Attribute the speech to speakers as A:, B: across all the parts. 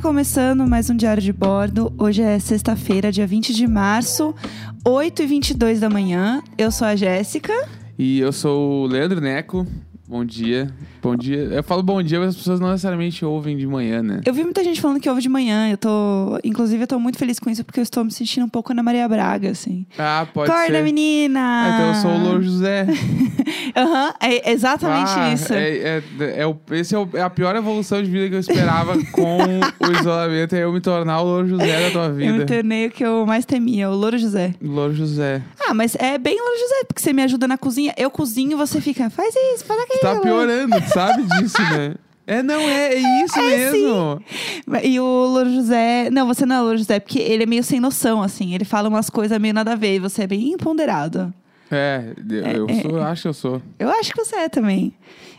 A: começando mais um Diário de Bordo. Hoje é sexta-feira, dia 20 de março, 8h22 da manhã. Eu sou a Jéssica.
B: E eu sou o Leandro Neco. Bom dia. Bom dia. Eu falo bom dia, mas as pessoas não necessariamente ouvem de manhã, né?
A: Eu vi muita gente falando que ouve de manhã. Eu tô. Inclusive, eu tô muito feliz com isso porque eu estou me sentindo um pouco Ana Maria Braga, assim.
B: Ah, pode
A: Acorda,
B: ser.
A: menina!
B: Ah, então eu sou o Louro José.
A: Aham, é exatamente
B: ah,
A: isso.
B: É, é, é o, esse é, o- é a pior evolução de vida que eu esperava com o isolamento. É eu me tornar o Louro José da tua
A: Eu me
B: vida.
A: tornei o É um que eu mais temia, o Louro José.
B: Louro José.
A: Ah, mas é bem Louro José, porque você me ajuda na cozinha. Eu cozinho, você fica, faz isso, faz aquilo.
B: Tu tá piorando, tu sabe disso, né? É, não, é, é isso mesmo.
A: E o Louro José. Não, você não é o Louro José, porque ele é meio sem noção, assim. Ele fala umas coisas meio nada a ver, e você é bem imponderado.
B: É, eu, eu sou, eu acho que eu sou.
A: Eu acho que você é também.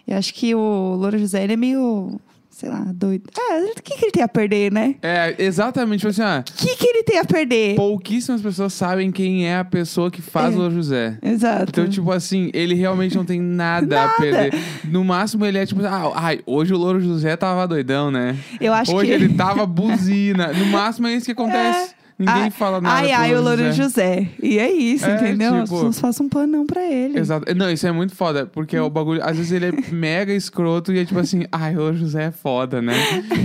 A: Eu acho que o Louro José, ele é meio. Sei lá, doido. Ah, o que, que ele tem a perder, né?
B: É, exatamente, tipo assim, ah,
A: O que, que ele tem a perder?
B: pouquíssimas pessoas sabem quem é a pessoa que faz
A: É.
B: o Louro José.
A: Exato.
B: Então, tipo assim, ele realmente não tem nada,
A: Nada.
B: a perder. No máximo, ele é tipo, ah, ai, hoje o Louro José tava doidão, né?
A: eu acho
B: hoje
A: que.
B: ele tava buzina. No máximo é isso que acontece. Ninguém
A: Ah,
B: fala nada.
A: Ai,
B: pro
A: ai, o Louro José. E é isso,
B: É,
A: entendeu? As
B: tipo-
A: pessoas façam um panão pra ele.
B: Exato. Não, isso é muito foda, porque o bagulho, às vezes ele é mega escroto e é tipo assim, ai, o Louro José é foda, né?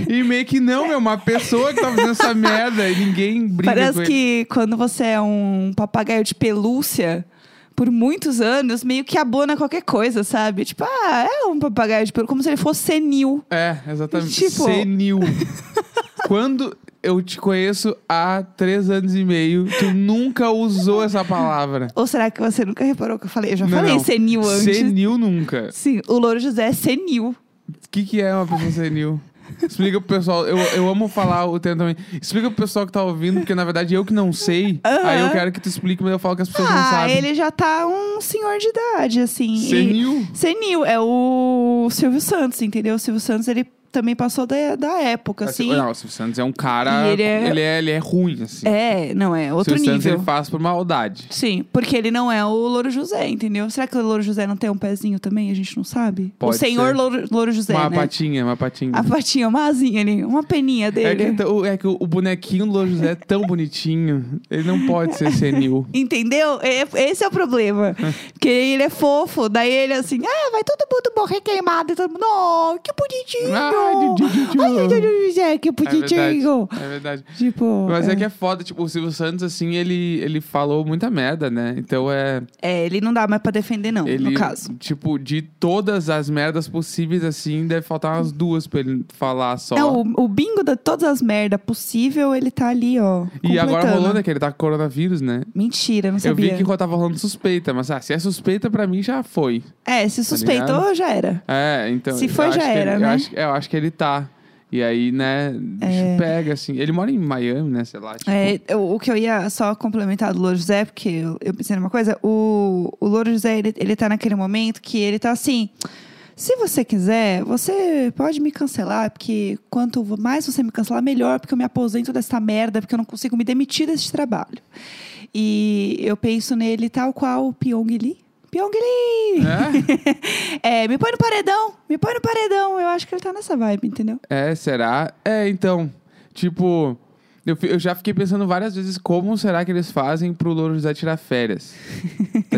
B: E meio que não, meu, uma pessoa que tá fazendo essa merda e ninguém brinca com
A: Parece
B: ele.
A: que quando você é um papagaio de pelúcia por muitos anos, meio que abona qualquer coisa, sabe? Tipo, ah, é um papagaio de pelúcia, como se ele fosse senil.
B: É, exatamente.
A: Tipo-
B: Senil. Quando eu te conheço há três anos e meio, tu nunca usou essa palavra.
A: Ou será que você nunca reparou que eu falei? Eu já
B: Não,
A: falei
B: não.
A: senil antes.
B: Senil nunca.
A: Sim, o Louro José é senil.
B: O que, que é uma pessoa senil? Explica pro pessoal. Eu, eu amo falar o termo também. Explica pro pessoal que tá ouvindo, porque na verdade eu que não sei.
A: Aham.
B: Aí eu quero que tu explique, mas eu falo que as pessoas não
A: Ah,
B: sabem.
A: ele já tá um senhor de idade, assim. E-
B: Senil?
A: Senil é o Silvio Santos, entendeu? O Silvio Santos, ele também passou da, da época, assim.
B: Não, o Silvio Santos é um cara.
A: E ele é-
B: Ele é, ele é ruim, assim.
A: É, não, é outro
B: Silvio Santos
A: nível.
B: ele faz por maldade.
A: Sim, porque ele não é o Louro José, entendeu? Será que o Louro José não tem um pezinho também? A gente não sabe. o
B: Pode
A: senhor
B: ser.
A: Louro, Louro José,
B: uma
A: né?
B: patinha, uma patinha.
A: A patinha, uma asinha ali, uma peninha
B: É que,
A: dele.
B: então, é que o bonequinho do Louro José é tão bonitinho. Ele não pode ser senil.
A: Entendeu? É- Esse é o problema.
B: Hum.
A: Porque ele é fofo, daí ele é assim, ah, vai todo mundo morrer queimado. E todo mundo, oh, que bonitinho.
B: Ah, di- di- di- di-
A: Ai, Louro José, que
B: É verdade.
A: bonitinho.
B: É verdade.
A: Tipo,
B: Mas é que é foda, tipo, o Silvio Santos, assim, ele, ele falou muita merda, né? Então é.
A: é, ele não dá mais pra defender, não,
B: Ele,
A: no caso.
B: tipo, de todas as merdas possíveis, assim, deve faltar umas duas pra ele falar só.
A: Não, o, o bingo de todas as merdas possível, ele tá ali, ó.
B: e agora
A: completando.
B: rolou, né? Que ele tá com coronavírus, né?
A: Mentira, não
B: Eu
A: sabia.
B: vi que tava rolando suspeita, mas ah, se é suspeita, pra mim já foi.
A: É, se suspeitou,
B: Tá ligado?
A: já era.
B: É, então.
A: Se
B: eu
A: for,
B: acho
A: já
B: que ele-
A: era,
B: eu
A: né?
B: acho- é, eu acho que ele tá. E aí, né, bicho pega, assim. Ele mora em Miami, né? Sei lá. tipo,
A: É, eu- o que eu ia só complementar do Louro José, porque eu, eu pensei numa coisa, o, o Louro José, ele, ele tá naquele momento que ele tá assim. Se você quiser, você pode me cancelar, porque quanto mais você me cancelar, melhor, porque eu me aposento dessa merda, porque eu não consigo me demitir desse trabalho. E eu penso nele tal qual o Pyong Lee. Pyong Lee!
B: É?
A: É, me põe no paredão, me põe no paredão. Eu acho que ele tá nessa vibe, entendeu?
B: É, será? É, então. Tipo, eu, fi- eu já fiquei pensando várias vezes como será que eles fazem pro Louro José tirar férias. tá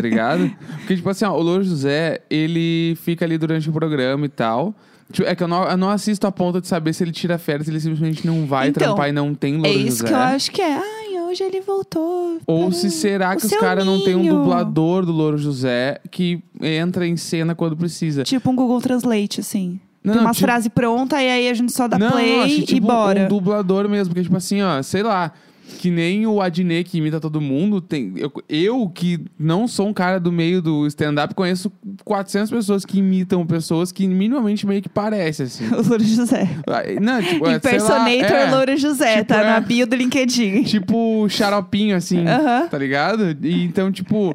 B: ligado? Porque, tipo assim, ó, o Louro José, ele fica ali durante o programa e tal. Tipo, É que eu não, eu não assisto a ponta de saber se ele tira férias, ele simplesmente não vai
A: Então,
B: trampar e não tem Louro
A: é isso
B: José.
A: que eu acho que é. Ai, hoje ele voltou.
B: Ou
A: Ai,
B: se será
A: o
B: que os
A: seu
B: caras não têm um
A: ninho.
B: dublador do Louro José que entra em cena quando precisa.
A: Tipo um Google Translate, assim.
B: Não,
A: Tem
B: não,
A: umas
B: tipo-
A: frases prontas e aí a gente só dá
B: não,
A: play
B: não, acho que,
A: e
B: tipo,
A: bora.
B: um dublador mesmo, porque tipo assim, ó, sei lá, que nem o Adnet que imita todo mundo, tem eu, eu que não sou um cara do meio do stand up, conheço 400 pessoas que imitam pessoas que minimamente meio que parece assim.
A: O Louro José.
B: Ah, Não, tipo, é, sei lá,
A: Impersonator
B: é,
A: Louro José,
B: Tipo,
A: tá
B: é.
A: na bio do LinkedIn.
B: Tipo xaropinho assim,
A: Aham.
B: tá ligado? E, então, tipo,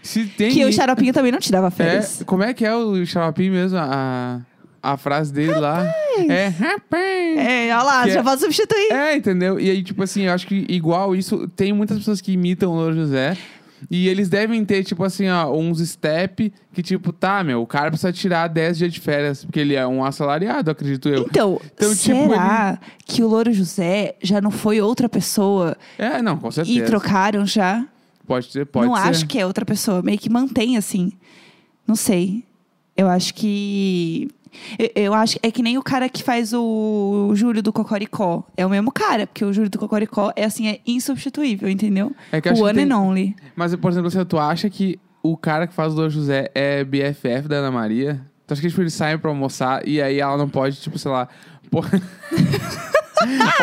B: se tem
A: Que o Xaropinho também não te dava
B: É,
A: férias.
B: como é que é o Xaropim mesmo? A, a frase dele lá. É, rapaz.
A: É, olha lá,
B: Que
A: já
B: é-
A: pode substituir.
B: É, entendeu? E aí, tipo assim, eu acho que igual isso, tem muitas pessoas que imitam o Louro José. E eles devem ter, tipo assim, ó, uns step que, tipo, tá, meu, o cara precisa tirar 10 dias de férias, porque ele é um assalariado, acredito eu.
A: Então,
B: Então, tipo,
A: será que o Louro José já não foi outra pessoa
B: É, não, com
A: e
B: certeza.
A: trocaram já?
B: Pode ser, pode
A: não
B: ser.
A: acho que é outra pessoa, meio que mantém assim. Não sei. Eu acho que. Eu, eu acho é que nem o cara que faz o, Júlio do Cocoricó. É o mesmo cara, porque o Júlio do Cocoricó é assim, é insubstituível, entendeu?
B: É que eu acho
A: o
B: que
A: One
B: tem-
A: and Only.
B: Mas, por exemplo, assim, tu acha que o cara que faz o Dom José é BFF da Ana Maria? Tu acha que tipo, eles saem pra almoçar e aí ela não pode, tipo, sei lá. pô-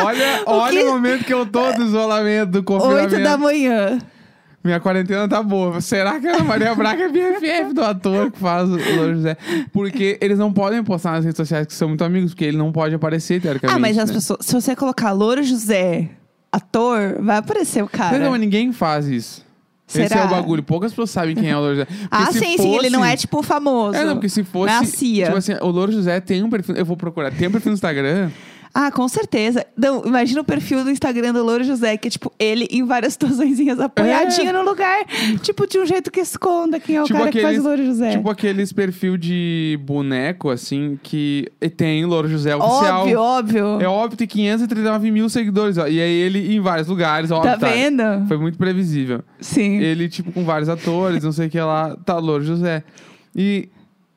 B: olha
A: O
B: olha
A: que-
B: o momento que eu tô do isolamento, do confinamento.
A: Oito da manhã. Ah,
B: Minha quarentena tá boa. Será que a Ana Maria Braga é BFF do ator que faz o Dom José? Porque eles não podem postar nas redes sociais que são muito amigos, porque ele não pode aparecer, teoricamente.
A: Ah, mas as
B: né?
A: pessoas. Se você colocar Louro José, ator, vai aparecer o cara.
B: Não, mas ninguém faz isso. Esse
A: Será?
B: é o bagulho. Poucas pessoas sabem quem é o Dom José. Porque
A: ah,
B: se
A: sim, sim. Ele não
B: fosse-
A: é tipo famoso.
B: É, não, porque se fosse.
A: Não é a CIA.
B: Tipo assim, o Louro José tem um perfil. Eu vou procurar. Tem um perfil no Instagram?
A: Ah, com certeza. Não, imagina o perfil do Instagram do Louro José, que é tipo ele em várias situaçõezinhas apoiadinho no lugar, tipo de um jeito que esconda quem é o
B: É. tipo
A: cara que faz o Louro José.
B: Tipo aqueles perfil de boneco, assim, que tem Louro José oficial.
A: óbvio, óbvio.
B: É óbvio, tem 539 mil seguidores. Ó, e aí ele em vários lugares,
A: tá
B: óbvio.
A: vendo?
B: um Foi muito previsível.
A: Sim.
B: Ele, tipo, com vários atores, não sei o que lá. Tá, Louro José. E.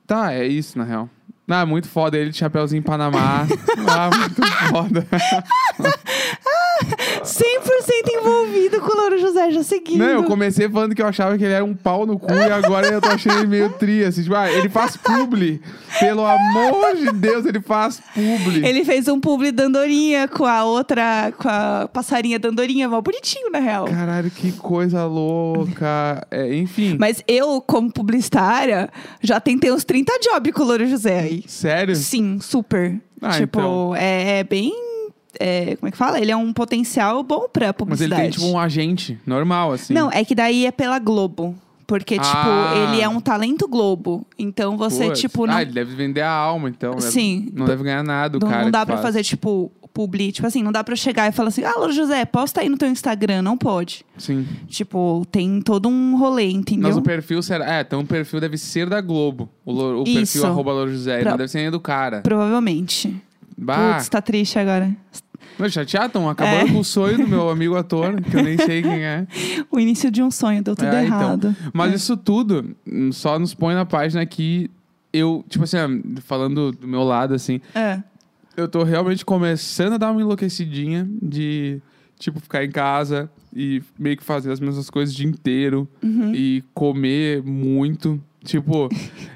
B: Tá, é isso, na real. Ah, muito foda. Ele de chapéuzinho em Panamá. ah, muito foda.
A: 100% envolvido com o Louro José, já seguindo.
B: Não, Né, eu comecei falando que eu achava que ele era um pau no cu e agora eu tô achando ele meio tri, assim, tipo, ah, ele faz publi. Pelo amor de Deus, ele faz publi.
A: Ele fez um publi da Andorinha com a outra, com a passarinha da Andorinha, mal bonitinho, na real.
B: Caralho, que coisa louca. É, enfim,
A: Mas eu, como publicitária, já tentei uns 30 jobs com o Louro José aí.
B: sério?
A: Sim, super.
B: Ah,
A: tipo,
B: então.
A: é, é bem. é, como é que fala? Ele é um potencial bom pra
B: Mas ele
A: é publicidade.
B: tem, tipo, um agente normal, assim.
A: Não, é que daí é pela Globo. Porque,
B: Ah.
A: tipo, ele é um talento Globo. Então você,
B: Putz.
A: tipo, não.
B: Ah, ele deve vender a alma, então. né?
A: Sim.
B: Não deve ganhar nada o
A: Não,
B: cara
A: não dá
B: que
A: pra
B: faz.
A: fazer, tipo, publi. Tipo assim, não dá pra chegar e falar assim, ah, Lô José, posta aí no teu Instagram. Não pode.
B: Sim.
A: Tipo, tem todo um rolê, entendeu?
B: Mas o perfil será... É, então o perfil deve ser da Globo. O, Louro- o
A: Isso.
B: perfil arroba Louro José. Ele
A: Pra-
B: Não deve ser nem do cara.
A: Provavelmente.
B: Bah.
A: Putz, tá triste agora.
B: Meu, chateado, estão acabando
A: É.
B: com o sonho do meu amigo ator, que eu nem sei quem é.
A: O início de um sonho, deu tudo
B: É, então.
A: errado.
B: Mas isso tudo hum, só nos põe na página que eu, tipo assim, ah, falando do meu lado, assim,
A: É.
B: eu tô realmente começando a dar uma enlouquecidinha de, tipo, ficar em casa e meio que fazer as mesmas coisas o dia inteiro e comer muito. Tipo,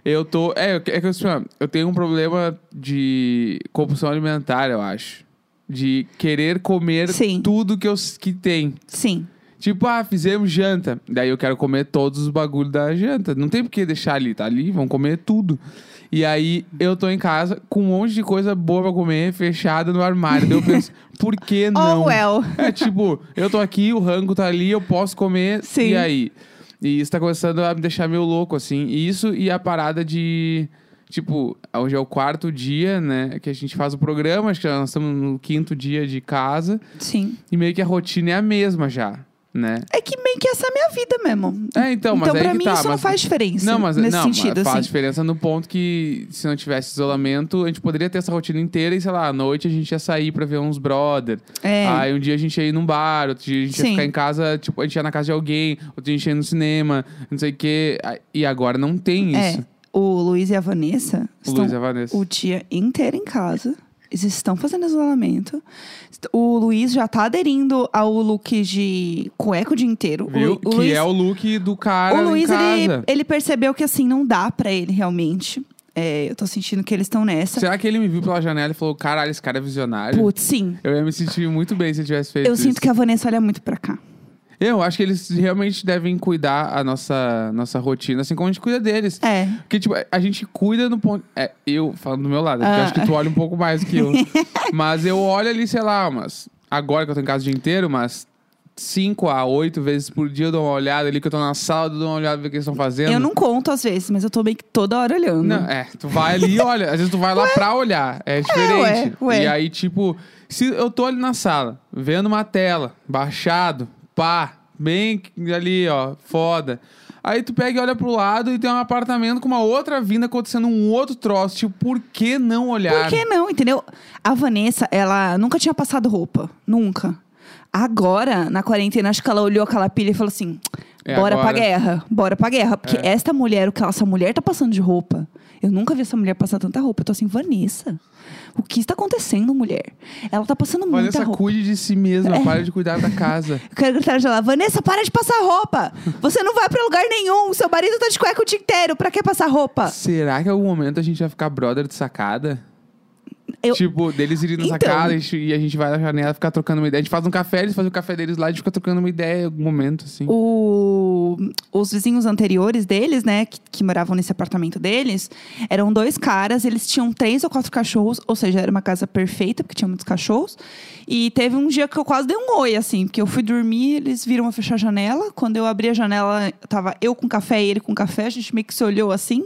B: eu tô. É, é que eu, assim, ó, eu tenho um problema de compulsão alimentar, eu acho. De querer comer
A: Sim.
B: tudo que, eu, s- que tem.
A: Sim.
B: Tipo, ah, fizemos janta. Daí eu quero comer todos os bagulhos da janta. Não tem por que deixar ali, tá ali, vão comer tudo. E aí eu tô em casa com um monte de coisa boa pra comer, fechada no armário. Daí eu penso, por que não?
A: Oh, well.
B: É tipo, eu tô aqui, o rango tá ali, eu posso comer.
A: Sim.
B: E aí? E isso tá começando a me deixar meio louco, assim. E isso e a parada de. Tipo, hoje é o quarto dia, né? Que a gente faz o programa, acho que nós estamos no quinto dia de casa.
A: Sim.
B: E meio que a rotina é a mesma já, né?
A: É que meio que essa é a minha vida mesmo.
B: É, então, mas
A: então,
B: aí
A: pra
B: que
A: mim,
B: tá,
A: isso não
B: mas-
A: faz diferença.
B: Não, mas
A: nesse
B: não, mas
A: sentido,
B: faz
A: assim.
B: diferença no ponto que se não tivesse isolamento, a gente poderia ter essa rotina inteira e, sei lá, à noite a gente ia sair pra ver uns brother.
A: É.
B: Aí um dia a gente ia ir num bar, outro dia a gente ia
A: Sim.
B: ficar em casa, tipo, a gente ia na casa de alguém, outro dia a gente ia no cinema, não sei o quê. Ah, E agora não tem isso.
A: É, o Luiz e a Vanessa
B: O
A: estão
B: Luiz e a Vanessa.
A: o dia inteiro em casa. Eles estão fazendo isolamento. O Luiz já tá aderindo ao look de cueca o dia inteiro.
B: Viu?
A: Lu-
B: que
A: Luiz-
B: é o look do cara
A: o Luiz,
B: em casa.
A: ele, ele percebeu que assim, não dá pra ele realmente. É, eu tô sentindo que eles estão nessa.
B: Será que ele me viu pela janela e falou, caralho, esse cara é visionário?
A: Putz, sim.
B: Eu ia me sentir muito bem se ele tivesse feito
A: Eu
B: isso.
A: sinto que a Vanessa olha muito pra cá.
B: Eu acho que eles realmente devem cuidar a nossa, nossa rotina, assim como a gente cuida deles.
A: É.
B: Porque, tipo, a gente cuida no ponto. É, eu falando do meu lado, porque
A: Ah.
B: eu acho que tu olha um pouco mais que eu. mas eu olho ali, sei lá, umas. Agora que eu tô em casa o dia inteiro, mas 5 a 8 vezes por dia eu dou uma olhada ali, que eu tô na sala, eu dou uma olhada ver o que eles estão fazendo.
A: Eu não conto às vezes, mas eu tô meio que toda hora olhando.
B: Não, é, tu vai ali e olha. Às vezes tu vai lá pra olhar. É diferente.
A: ué, ué.
B: E aí, tipo, se eu tô ali na sala, vendo uma tela, baixado, pá, bem ali, ó, foda. Aí tu pega e olha pro lado e tem um apartamento com uma outra vinda acontecendo um outro troço. Tipo, por que não olhar?
A: Por que não, entendeu? A Vanessa, ela nunca tinha passado roupa. Nunca. Agora, na quarentena, acho que ela olhou aquela pilha e falou assim:
B: É
A: bora
B: agora." É.
A: pra guerra, bora pra guerra. Porque esta mulher, o que ela- essa mulher tá passando de roupa. Eu nunca vi essa mulher passar tanta roupa. Eu tô assim, Vanessa, o que está acontecendo, mulher? Ela tá passando muita
B: Vanessa,
A: roupa. É.
B: cuide de si mesma, pare de cuidar da casa.
A: Eu quero gritar de lá, Vanessa, para de passar roupa! Você não vai pra lugar nenhum! Seu marido tá de cueca o dia inteiro, pra que passar roupa?
B: Será que em algum momento a gente vai ficar brother de sacada?
A: Eu-
B: Tipo, deles irem na
A: Então.
B: sacada a gente- e a gente vai na janela ficar trocando uma ideia. A gente faz um café, eles fazem o café deles lá, a gente fica trocando uma ideia em algum momento, assim.
A: O- os vizinhos anteriores deles, né, que, que moravam nesse apartamento deles, eram dois caras, eles tinham três ou quatro cachorros, ou seja, era uma casa perfeita, porque tinha muitos cachorros. E teve um dia que eu quase dei um oi, assim, porque eu fui dormir, eles viram eu fechar a janela. Quando eu abri a janela, tava eu com café e ele com café, a gente meio que se olhou assim.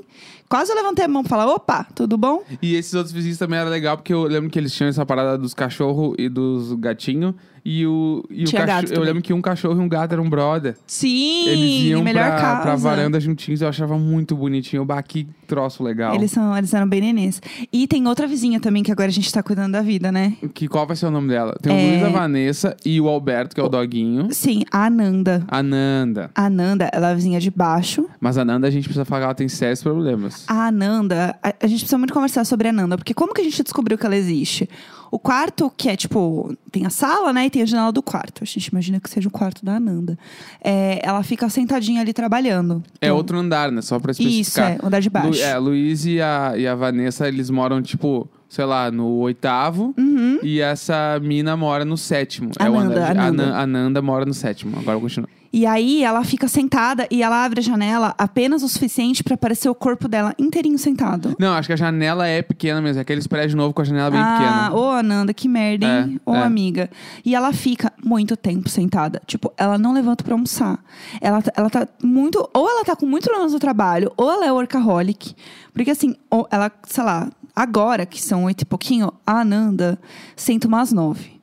A: Quase eu levantei a mão pra falar: opa, tudo bom?
B: E esses outros vizinhos também era legal, porque eu lembro que eles tinham essa parada dos cachorros e dos gatinhos. E o, e o
A: Tinha
B: cachorro.
A: gato
B: eu
A: também.
B: lembro que um cachorro e um gato eram brother.
A: Sim,
B: Eles iam
A: melhor
B: pra,
A: casa.
B: pra varanda juntinhos, eu achava muito bonitinho. Bah, que troço legal.
A: Eles, são, eles eram bem nenês. E tem outra vizinha também que agora a gente tá cuidando da vida, né?
B: Que, qual vai ser o nome dela? Tem o
A: É.
B: Luiz, a Vanessa e o Alberto, que é o doguinho.
A: Sim, a Ananda.
B: A Nanda.
A: A Ananda, ela é a vizinha de baixo.
B: Mas a Nanda, a gente precisa falar que ela tem sérios problemas.
A: A Ananda, a, a gente precisa muito conversar sobre a Ananda, porque como que a gente descobriu que ela existe? O quarto, que é tipo, tem a sala, né? E tem a janela do quarto. A gente imagina que seja o quarto da Ananda. É, ela fica sentadinha ali trabalhando.
B: É
A: Então,
B: outro andar, né? Só pra
A: Isso,
B: especificar.
A: é, o andar de baixo.
B: Lu- é, Luiz e a, e a Vanessa, eles moram, tipo, sei lá, no oitavo. E essa mina mora no sétimo. é o
A: Uhum. Ananda,
B: andar de- a
A: Ananda.
B: Nan- A Nanda mora no sétimo. Agora continua.
A: E aí ela fica sentada e ela abre a janela apenas o suficiente pra aparecer o corpo dela inteirinho sentado.
B: Não, acho que a janela é pequena mesmo. É aqueles prédios novos com a janela bem
A: ah,
B: pequena.
A: ô Ananda, que merda, hein?
B: É,
A: ô
B: é.
A: amiga. E ela fica muito tempo sentada. Tipo, ela não levanta pra almoçar. Ela, tá- ela tá muito. Ou ela tá com muito problemas no trabalho, ou ela é workaholic. Porque assim, ou ela, sei lá, agora que são oito e pouquinho, a Ananda senta umas nove.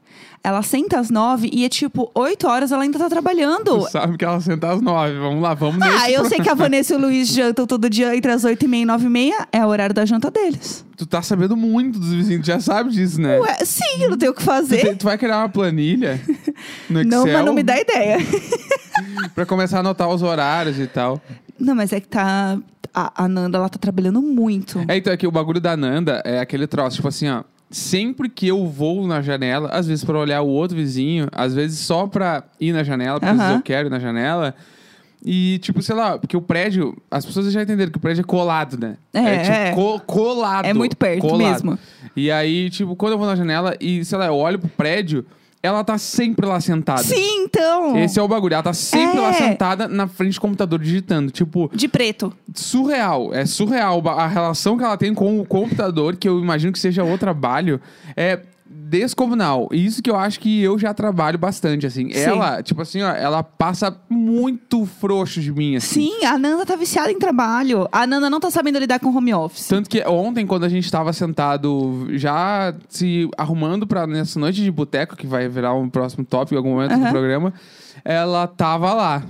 A: Ela senta às nove e é tipo, oito horas ela ainda tá trabalhando.
B: Tu sabe que ela senta às nove. Vamos lá, vamos nesse.
A: Ah, eu sei que a Vanessa e o Luiz jantam todo dia entre as 8h30 e 9h30. É o horário da janta deles.
B: Tu tá sabendo muito dos vizinhos, tu já sabe disso, né?
A: Ué, sim, eu não tenho o que
B: Tu, te-
A: fazer.
B: tu vai criar uma planilha no Excel
A: Não, mas não me dá ideia.
B: pra começar a anotar os horários e tal.
A: Não, mas é que tá. A, a Nanda, ela tá trabalhando muito.
B: É, então, é que o bagulho da Nanda é aquele troço, tipo assim, ó. Sempre que eu vou na janela, às vezes pra olhar o outro vizinho, às vezes só pra ir na janela, porque às vezes
A: Aham.
B: eu quero ir na janela. E, tipo, sei lá, porque o prédio, as pessoas já entenderam que o prédio é colado, né?
A: É,
B: tipo,
A: é.
B: co- colado.
A: É muito perto
B: colado.
A: mesmo.
B: E aí, tipo, quando eu vou na janela e, sei lá, eu olho pro prédio, ela tá sempre lá sentada.
A: Sim, então.
B: Esse é o bagulho. Ela tá sempre lá
A: É.
B: sentada na frente do computador digitando. Tipo,
A: De preto.
B: surreal. É surreal ba- a relação que ela tem com o computador, que eu imagino que seja o trabalho. É descomunal. E isso que eu acho que eu já trabalho bastante, assim.
A: Sim.
B: Ela, tipo assim, ó, ela passa muito frouxo de mim, assim.
A: Sim, a Nanda tá viciada em trabalho. A Nanda não tá sabendo lidar com home office.
B: Tanto que ontem, quando a gente tava sentado, já se arrumando pra nessa noite de boteco, que vai virar um próximo tópico em algum momento do
A: Aham.
B: programa, ela tava lá.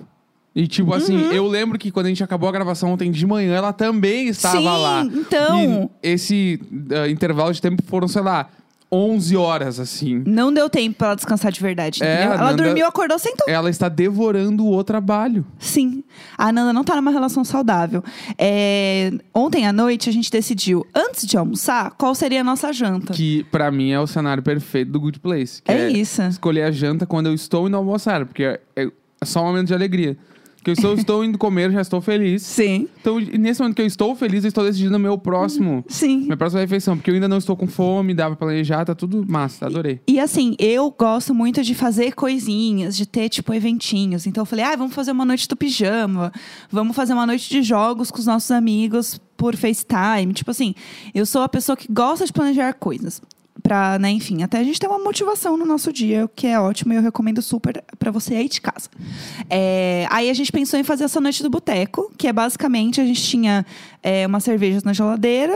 B: E tipo assim,
A: Uhum.
B: eu lembro que quando a gente acabou a gravação ontem de manhã, ela também estava
A: Sim,
B: lá.
A: então.
B: E esse ah, intervalo de tempo foram, sei lá, 11 horas, assim.
A: Não deu tempo pra ela descansar de verdade.
B: É,
A: entendeu?
B: a
A: Ela
B: Nanda-
A: dormiu, acordou, sentou.
B: Ela está devorando o trabalho.
A: Sim, a Nanda não tá numa relação saudável. É, Ontem à noite a gente decidiu, antes de almoçar, qual seria a nossa janta.
B: Que pra mim é o cenário perfeito do Good Place.
A: Tá.
B: que
A: É isso.
B: Escolher a janta quando eu estou indo almoçar, porque é, é só um momento de alegria. Que eu estou, estou indo comer, já estou feliz.
A: Sim,
B: Então, e nesse momento que eu estou feliz, eu estou decidindo o meu próximo.
A: sim.
B: Minha próxima refeição, porque eu ainda não estou com fome, dá pra planejar, tá tudo massa, adorei.
A: E assim, eu gosto muito de fazer coisinhas, de ter, tipo, eventinhos. Então eu falei, ah, vamos fazer uma noite do pijama, vamos fazer uma noite de jogos com os nossos amigos por FaceTime. Tipo assim, eu sou a pessoa que gosta de planejar coisas. Pra, né, enfim, até a gente ter uma motivação no nosso dia, o que é ótimo e eu recomendo super pra você aí de casa. É, aí a gente pensou em fazer essa noite do boteco, que é basicamente a gente tinha é, umas cervejas na geladeira,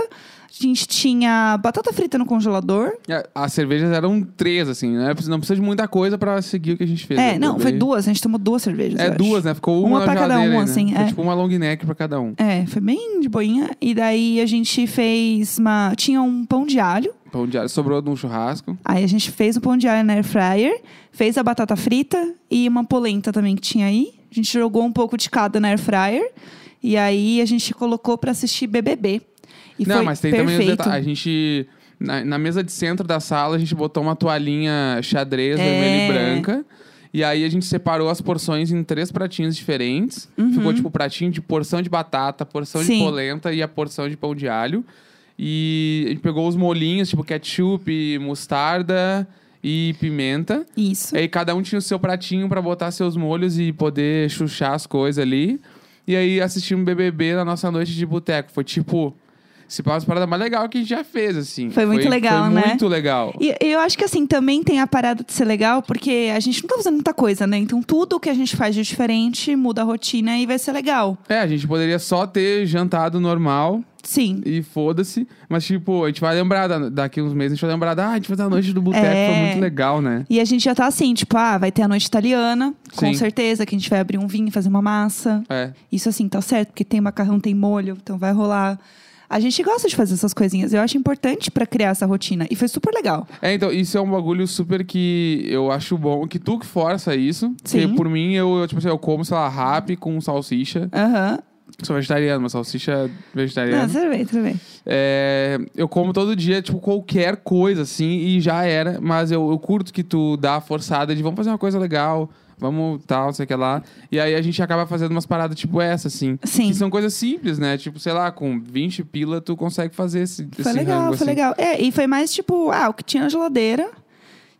A: a gente tinha batata frita no congelador,
B: É, As cervejas eram três, assim, né? Não precisa de muita coisa pra seguir o que a gente fez.
A: É,
B: né?
A: não, foi
B: Daí-
A: duas, a gente tomou duas cervejas.
B: É
A: eu acho.
B: duas, né? Ficou uma,
A: Uma
B: na
A: pra cada
B: geladeira
A: um,
B: aí, né?
A: assim,
B: Foi
A: é.
B: tipo uma long neck pra cada um.
A: É, foi bem de boinha. E daí a gente fez uma. Tinha um pão de alho.
B: Pão de alho. Sobrou de um churrasco.
A: Aí a gente fez o pão de alho na air fryer, fez a batata frita e uma polenta também que tinha aí. A gente jogou um pouco de cada na air fryer. E aí a gente colocou pra assistir BBB. E
B: não,
A: foi
B: mas tem
A: perfeito.
B: também os detalhes. A gente. Na, na mesa de centro da sala, a gente botou uma toalhinha xadrez
A: É.
B: vermelha e branca. E aí a gente separou as porções em três pratinhos diferentes. Ficou tipo pratinho de porção de batata, porção
A: Uhum. Sim.
B: de polenta e a porção de pão de alho. E a gente pegou os molinhos, tipo ketchup, mostarda e pimenta.
A: Isso.
B: E aí cada um tinha o seu pratinho pra botar seus molhos e poder chuchar as coisas ali. E aí assistimos BBB na nossa noite de boteco. Foi tipo, se passa a parada mais legal que a gente já fez, assim.
A: Foi muito legal,
B: foi
A: né?
B: muito legal.
A: E e eu acho que assim, também tem a parada de ser legal, porque a gente não tá fazendo muita coisa, né? Então tudo que a gente faz de diferente muda a rotina e vai ser legal.
B: É, a gente poderia só ter jantado normal
A: Sim.
B: e foda-se. Mas, tipo, a gente vai lembrar, da- daqui uns meses, a gente vai lembrar, da, ah, a gente fez a noite do boteco,
A: É.
B: foi muito legal, né?
A: E a gente já tá assim, tipo, ah, vai ter a noite italiana, com
B: Sim.
A: certeza, que a gente vai abrir um vinho, fazer uma massa.
B: É.
A: Isso assim, tá certo, porque tem macarrão, tem molho, então vai rolar. A gente gosta de fazer essas coisinhas, eu acho importante pra criar essa rotina. E foi super legal.
B: É, então, isso é um bagulho super que eu acho bom, que tu que força isso.
A: Sim.
B: Porque por mim, eu, eu, tipo assim, eu como, sei lá, rap com salsicha.
A: Aham.
B: Sou vegetariano, mas salsicha vegetariana.
A: Não, tudo bem, tudo bem.
B: É, eu como todo dia, tipo, qualquer coisa, assim, e já era. Mas eu, eu curto que tu dá a forçada de vamos fazer uma coisa legal, vamos tal, não sei o que lá. E aí a gente acaba fazendo umas paradas tipo essa, assim.
A: Sim.
B: Que são coisas simples, né? Tipo, sei lá, com 20 pila tu consegue fazer esse,
A: Foi
B: esse
A: legal,
B: rango,
A: foi
B: assim.
A: legal. É, e foi mais tipo, ah, o que tinha na geladeira.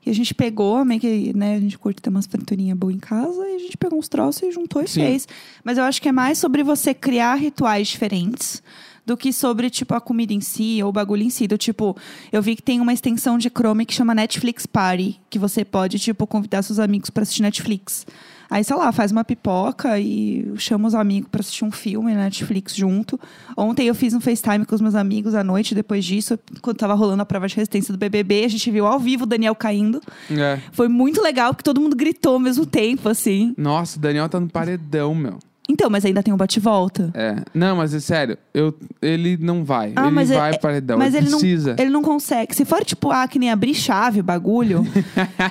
A: E a gente pegou, meio que, né, a gente curte ter umas friturinhas boas em casa, e a gente pegou uns troços e juntou e
B: Sim.
A: fez. Mas eu acho que é mais sobre você criar rituais diferentes do que sobre, tipo, a comida em si ou o bagulho em si. Do tipo, eu vi que tem uma extensão de Chrome que chama Netflix Party, que você pode, tipo, convidar seus amigos pra assistir Netflix. Aí, sei lá, faz uma pipoca e chama os amigos pra assistir um filme na Netflix junto. Ontem eu fiz um FaceTime com os meus amigos à noite, depois disso, quando tava rolando a prova de resistência do BBB, a gente viu ao vivo o Daniel caindo.
B: É.
A: Foi muito legal, porque todo mundo gritou ao mesmo tempo, assim.
B: Nossa, o Daniel tá no paredão, meu.
A: Então, mas ainda tem um bate-volta.
B: É. Não, mas é sério, eu, ele não vai.
A: Ah,
B: ele
A: mas
B: vai
A: é-
B: pro paredão.
A: mas ele não-
B: precisa.
A: Ele não consegue. Se for, tipo, ah, que nem abrir chave, o bagulho.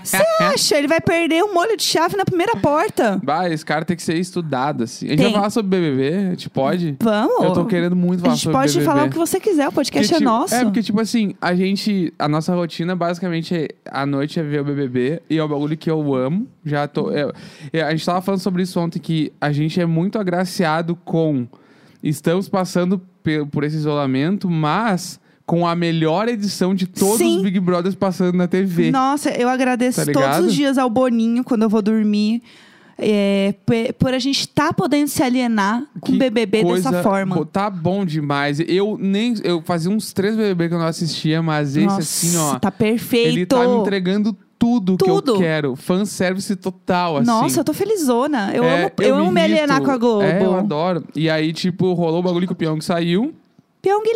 A: Você acha? Ele vai perder um molho de chave na primeira porta.
B: Bah, esse cara tem que ser estudado, assim. A gente
A: Tem.
B: vai falar sobre BBB? A gente pode?
A: Vamos.
B: Eu tô querendo muito
A: A
B: falar
A: gente
B: sobre
A: pode
B: BBB.
A: falar o que você quiser, o podcast é
B: tipo,
A: nosso.
B: É, porque, tipo assim, a gente... A nossa rotina, basicamente, é, a noite é ver o BBB. E é um bagulho que eu amo. Já tô... é- é, a gente tava falando sobre isso ontem, que a gente é muito agraciado com... Estamos passando pe- por esse isolamento, mas com a melhor edição de todos
A: Sim.
B: os Big Brothers passando na TV.
A: Nossa, eu agradeço
B: Tá
A: todos
B: ligado?
A: os dias ao Boninho quando eu vou dormir. é, pe- por a gente estar podendo se alienar com
B: Que
A: o BBB
B: coisa
A: dessa
B: bo-
A: forma.
B: Tá bom demais. Eu nem... Eu fazia uns três BBB que eu não assistia, mas esse,
A: Nossa,
B: assim, ó...
A: tá perfeito.
B: Ele tá me entregando tudo, que
A: Tudo.
B: eu quero. Fanservice total, assim.
A: Nossa, eu tô felizona. Eu
B: É,
A: amo, eu amo me
B: irrito.
A: alienar com a Globo.
B: É, eu adoro. E aí, tipo, rolou o bagulho que o Pyong saiu.
A: Pyongyi!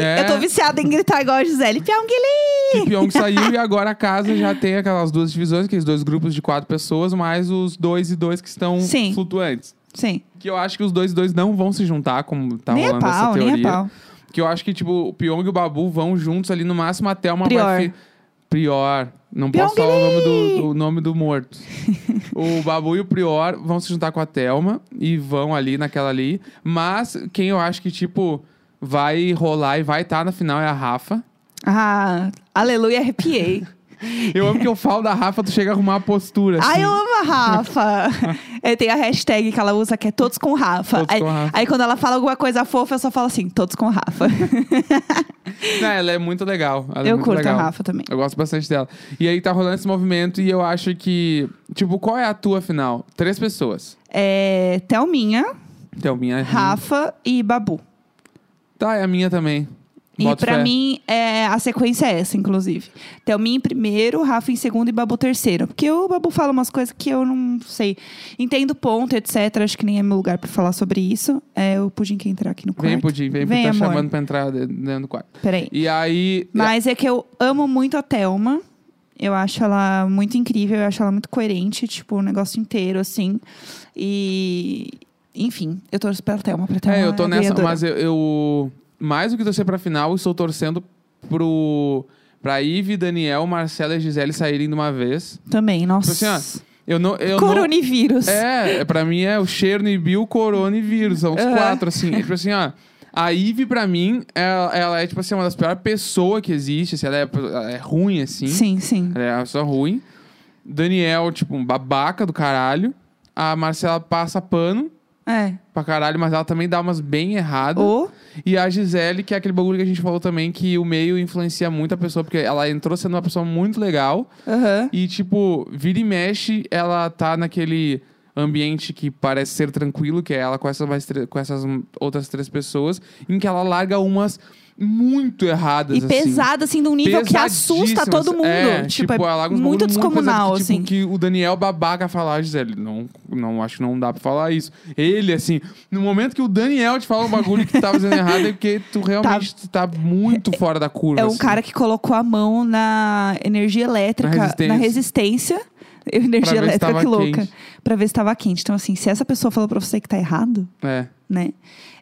B: É.
A: Eu tô viciada em gritar igual a Gisele.
B: Que
A: Pyongyi!
B: o Pyong saiu e agora a casa já tem aquelas duas divisões, aqueles dois grupos de quatro pessoas, mais os dois e dois que estão
A: Sim.
B: flutuantes.
A: Sim.
B: Que eu acho que os dois e dois não vão se juntar, como tá
A: nem é
B: rolando essa
A: pau,
B: teoria.
A: nem é pau.
B: Que eu acho que, tipo, o Pyong e o Babu vão juntos ali, no máximo até uma
A: Prior.
B: vai fi- Prior. Não posso
A: Pyong
B: falar o nome do, o nome do morto. o Babu e o Prior vão se juntar com a Thelma e vão ali naquela ali. Mas quem eu acho que, tipo, vai rolar e vai estar na final é a Rafa.
A: Ah, aleluia, arrepiei.
B: Eu amo que eu falo da Rafa, tu chega a arrumar a postura. Assim.
A: Ai, eu amo a Rafa. É, tem a hashtag que ela usa que é todos com Rafa.
B: Todos
A: aí,
B: com Rafa.
A: aí quando ela fala alguma coisa fofa, eu só falo assim, todos com Rafa.
B: Não, ela é muito legal. Ela é
A: eu
B: muito
A: curto
B: legal.
A: a Rafa também.
B: Eu gosto bastante dela. E aí tá rolando esse movimento e eu acho que... Tipo, qual é a tua final? Três pessoas.
A: É, Thelminha,
B: Thelminha.
A: Rafa e Babu.
B: Tá, é a minha também.
A: E
B: Boto
A: pra
B: fé.
A: mim, é, a sequência é essa, inclusive. Thelmin em primeiro, Rafa em segundo e Babu terceiro. Porque o Babu fala umas coisas que eu não sei. Entendo o ponto, etc. Acho que nem é meu lugar pra falar sobre isso. É, o Pudim quer entrar aqui no quarto.
B: Vem, Pudim, vem,
A: Vem,
B: tá
A: amor.
B: chamando pra entrar de- dentro do quarto.
A: Peraí.
B: E aí.
A: Mas é que eu amo muito a Thelma. Eu acho ela muito incrível, eu acho ela muito coerente, tipo, o negócio inteiro, assim. E. Enfim, eu torço pela Thelma, pra Thelma.
B: É, eu tô nessa,
A: ganhadora.
B: mas eu, eu- Mais do que torcer pra final, eu estou torcendo pro. Pra Ive, Daniel, Marcela e Gisele saírem de uma vez.
A: Também, nossa.
B: Tipo assim, Eu não. Eu não...
A: Coronavírus.
B: É, é, pra mim é o Chernobyl, Corona e vírus. São os
A: Aham.
B: quatro, assim. É, tipo assim, ó. A Ive, pra mim, ela, ela é, tipo assim, uma das piores pessoas que existe. Assim, ela, é, ela é ruim, assim.
A: Sim, sim.
B: Ela é uma pessoa ruim. Daniel, tipo, um babaca do caralho. A Marcela passa pano
A: É.
B: pra caralho, mas ela também dá umas bem erradas.
A: Ou.
B: E a Gisele, que é aquele bagulho que a gente falou também, que o meio influencia muito a pessoa, porque ela entrou sendo uma pessoa muito legal.
A: Aham.
B: E, tipo, vira e mexe, ela tá naquele ambiente que parece ser tranquilo, que é ela com essas, mais tre- com essas hum, outras três pessoas, em que ela larga umas muito
A: E
B: erradas, assim.
A: pesada, assim, de um nível que assusta todo mundo.
B: É, tipo,
A: é
B: ela larga uns
A: muito
B: bagulho
A: descomunal,
B: pesado, que, tipo,
A: assim.
B: que o Daniel babaca falar, "Ah, Gisele, não, não acho que não dá pra falar isso. Ele, assim, no momento que o Daniel te fala um bagulho que tu tá fazendo errado, é porque tu realmente tu tá, muito fora da curva.
A: É um
B: assim.
A: cara que colocou a mão na energia elétrica,
B: Na
A: na
B: resistência.
A: resistência. Eu-
B: Pra ver
A: energia
B: se
A: elétrica,
B: tava
A: que louca.
B: quente.
A: Pra ver se tava quente. Então, assim, se essa pessoa falou pra você que tá errado,
B: É.
A: né?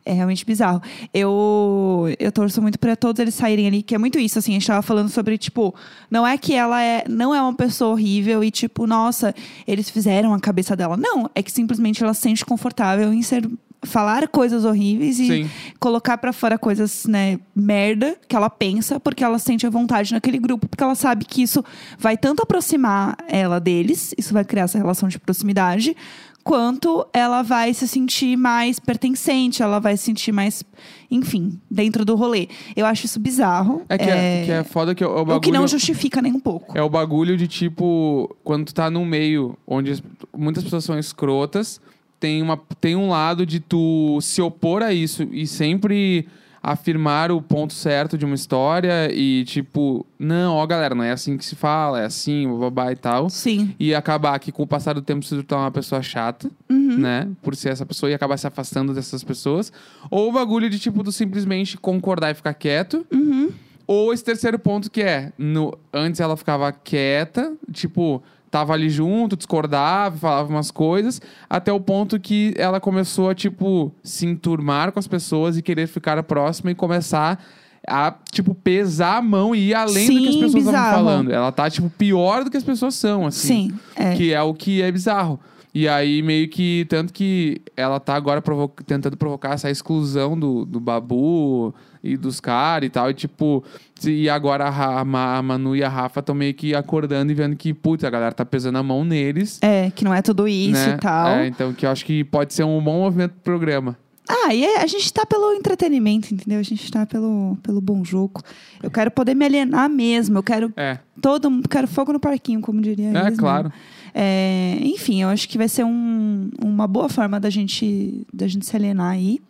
A: É realmente bizarro. Eu, eu torço muito pra todos eles saírem ali, que é muito isso, assim. A gente tava falando sobre, tipo, não é que ela é, não é uma pessoa horrível e, tipo, nossa, eles fizeram a cabeça dela. Não, é que simplesmente ela se sente confortável em ser. Falar coisas horríveis e
B: Sim.
A: colocar pra fora coisas, né, merda que ela pensa, porque ela sente a vontade naquele grupo, porque ela sabe que isso vai tanto aproximar ela deles, isso vai criar essa relação de proximidade, quanto ela vai se sentir mais pertencente, ela vai se sentir mais, enfim, dentro do rolê. Eu acho isso bizarro.
B: É que é, que é foda que é o bagulho...
A: O que não justifica nem um pouco.
B: É o bagulho de tipo, quando tu tá num meio onde as- muitas pessoas são escrotas, tem, uma, tem um lado de tu se opor a isso e sempre afirmar o ponto certo de uma história e tipo, não, ó galera, não é assim que se fala, é assim, babá e tal.
A: Sim.
B: E acabar que com o passar do tempo se tornar uma pessoa chata, né? Por ser essa pessoa e acabar se afastando dessas pessoas. Ou o bagulho de tipo, tu simplesmente concordar e ficar quieto.
A: Uhum.
B: Ou esse terceiro ponto que é, no, antes ela ficava quieta, tipo, tava ali junto, discordava, falava umas coisas, até o ponto que ela começou a, tipo, se enturmar com as pessoas e querer ficar próxima e começar a, tipo, pesar a mão e ir além do que as
A: Sim,
B: pessoas estavam
A: bizarro.
B: falando. Ela tá, tipo, pior do que as pessoas são, assim.
A: Sim. É.
B: Que é o que é bizarro. E aí, meio que, tanto que ela tá agora provo- tentando provocar essa exclusão do, do Babu e dos caras e tal. E tipo, se- e agora a, Ra- a Ma- a Manu e a Rafa estão meio que acordando e vendo que, putz, a galera tá pesando a mão neles.
A: É, que não é tudo isso
B: né?
A: e tal.
B: É, então, que eu acho que pode ser um bom movimento pro programa.
A: Ah, e é- a gente tá pelo entretenimento, entendeu? A gente tá pelo, pelo bom jogo. Eu quero poder me alienar mesmo. Eu quero
B: É,
A: todo mundo. Quero fogo no parquinho, como diria
B: é
A: eles, né?
B: claro.
A: É, enfim, eu acho que vai ser um- uma boa forma da gente, da gente se alienar aí.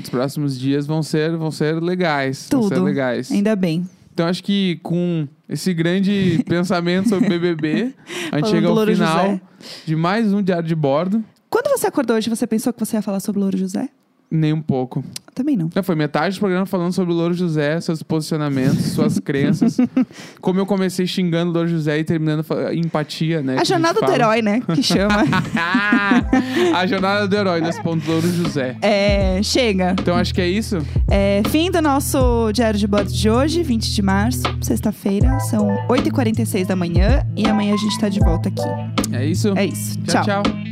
B: Os próximos dias vão ser, vão ser legais. Vão ser
A: Tudo.
B: legais.
A: Ainda bem.
B: Então acho que com esse grande pensamento sobre BBB, a gente
A: Falando
B: chega
A: do
B: ao
A: Louro
B: final
A: José.
B: de mais um Diário de Bordo.
A: Quando você acordou hoje, você pensou que você ia falar sobre o Louro José?
B: Nem um pouco.
A: Eu também não.
B: Já foi metade do programa falando sobre o Louro José, seus posicionamentos, suas crenças. Como eu comecei xingando o Louro José e terminando fa- empatia, né? que
A: a jornada
B: gente
A: do
B: fala. Ah!
A: herói, né? Que chama.
B: a jornada do herói, nesse ponto, Louro José.
A: É, chega.
B: Então acho que é isso.
A: É, fim do nosso Diário de Bordo de hoje, 20 de março, sexta-feira. São 8h46 da manhã. E amanhã a gente tá de volta aqui.
B: É isso.
A: É isso.
B: tchau. tchau.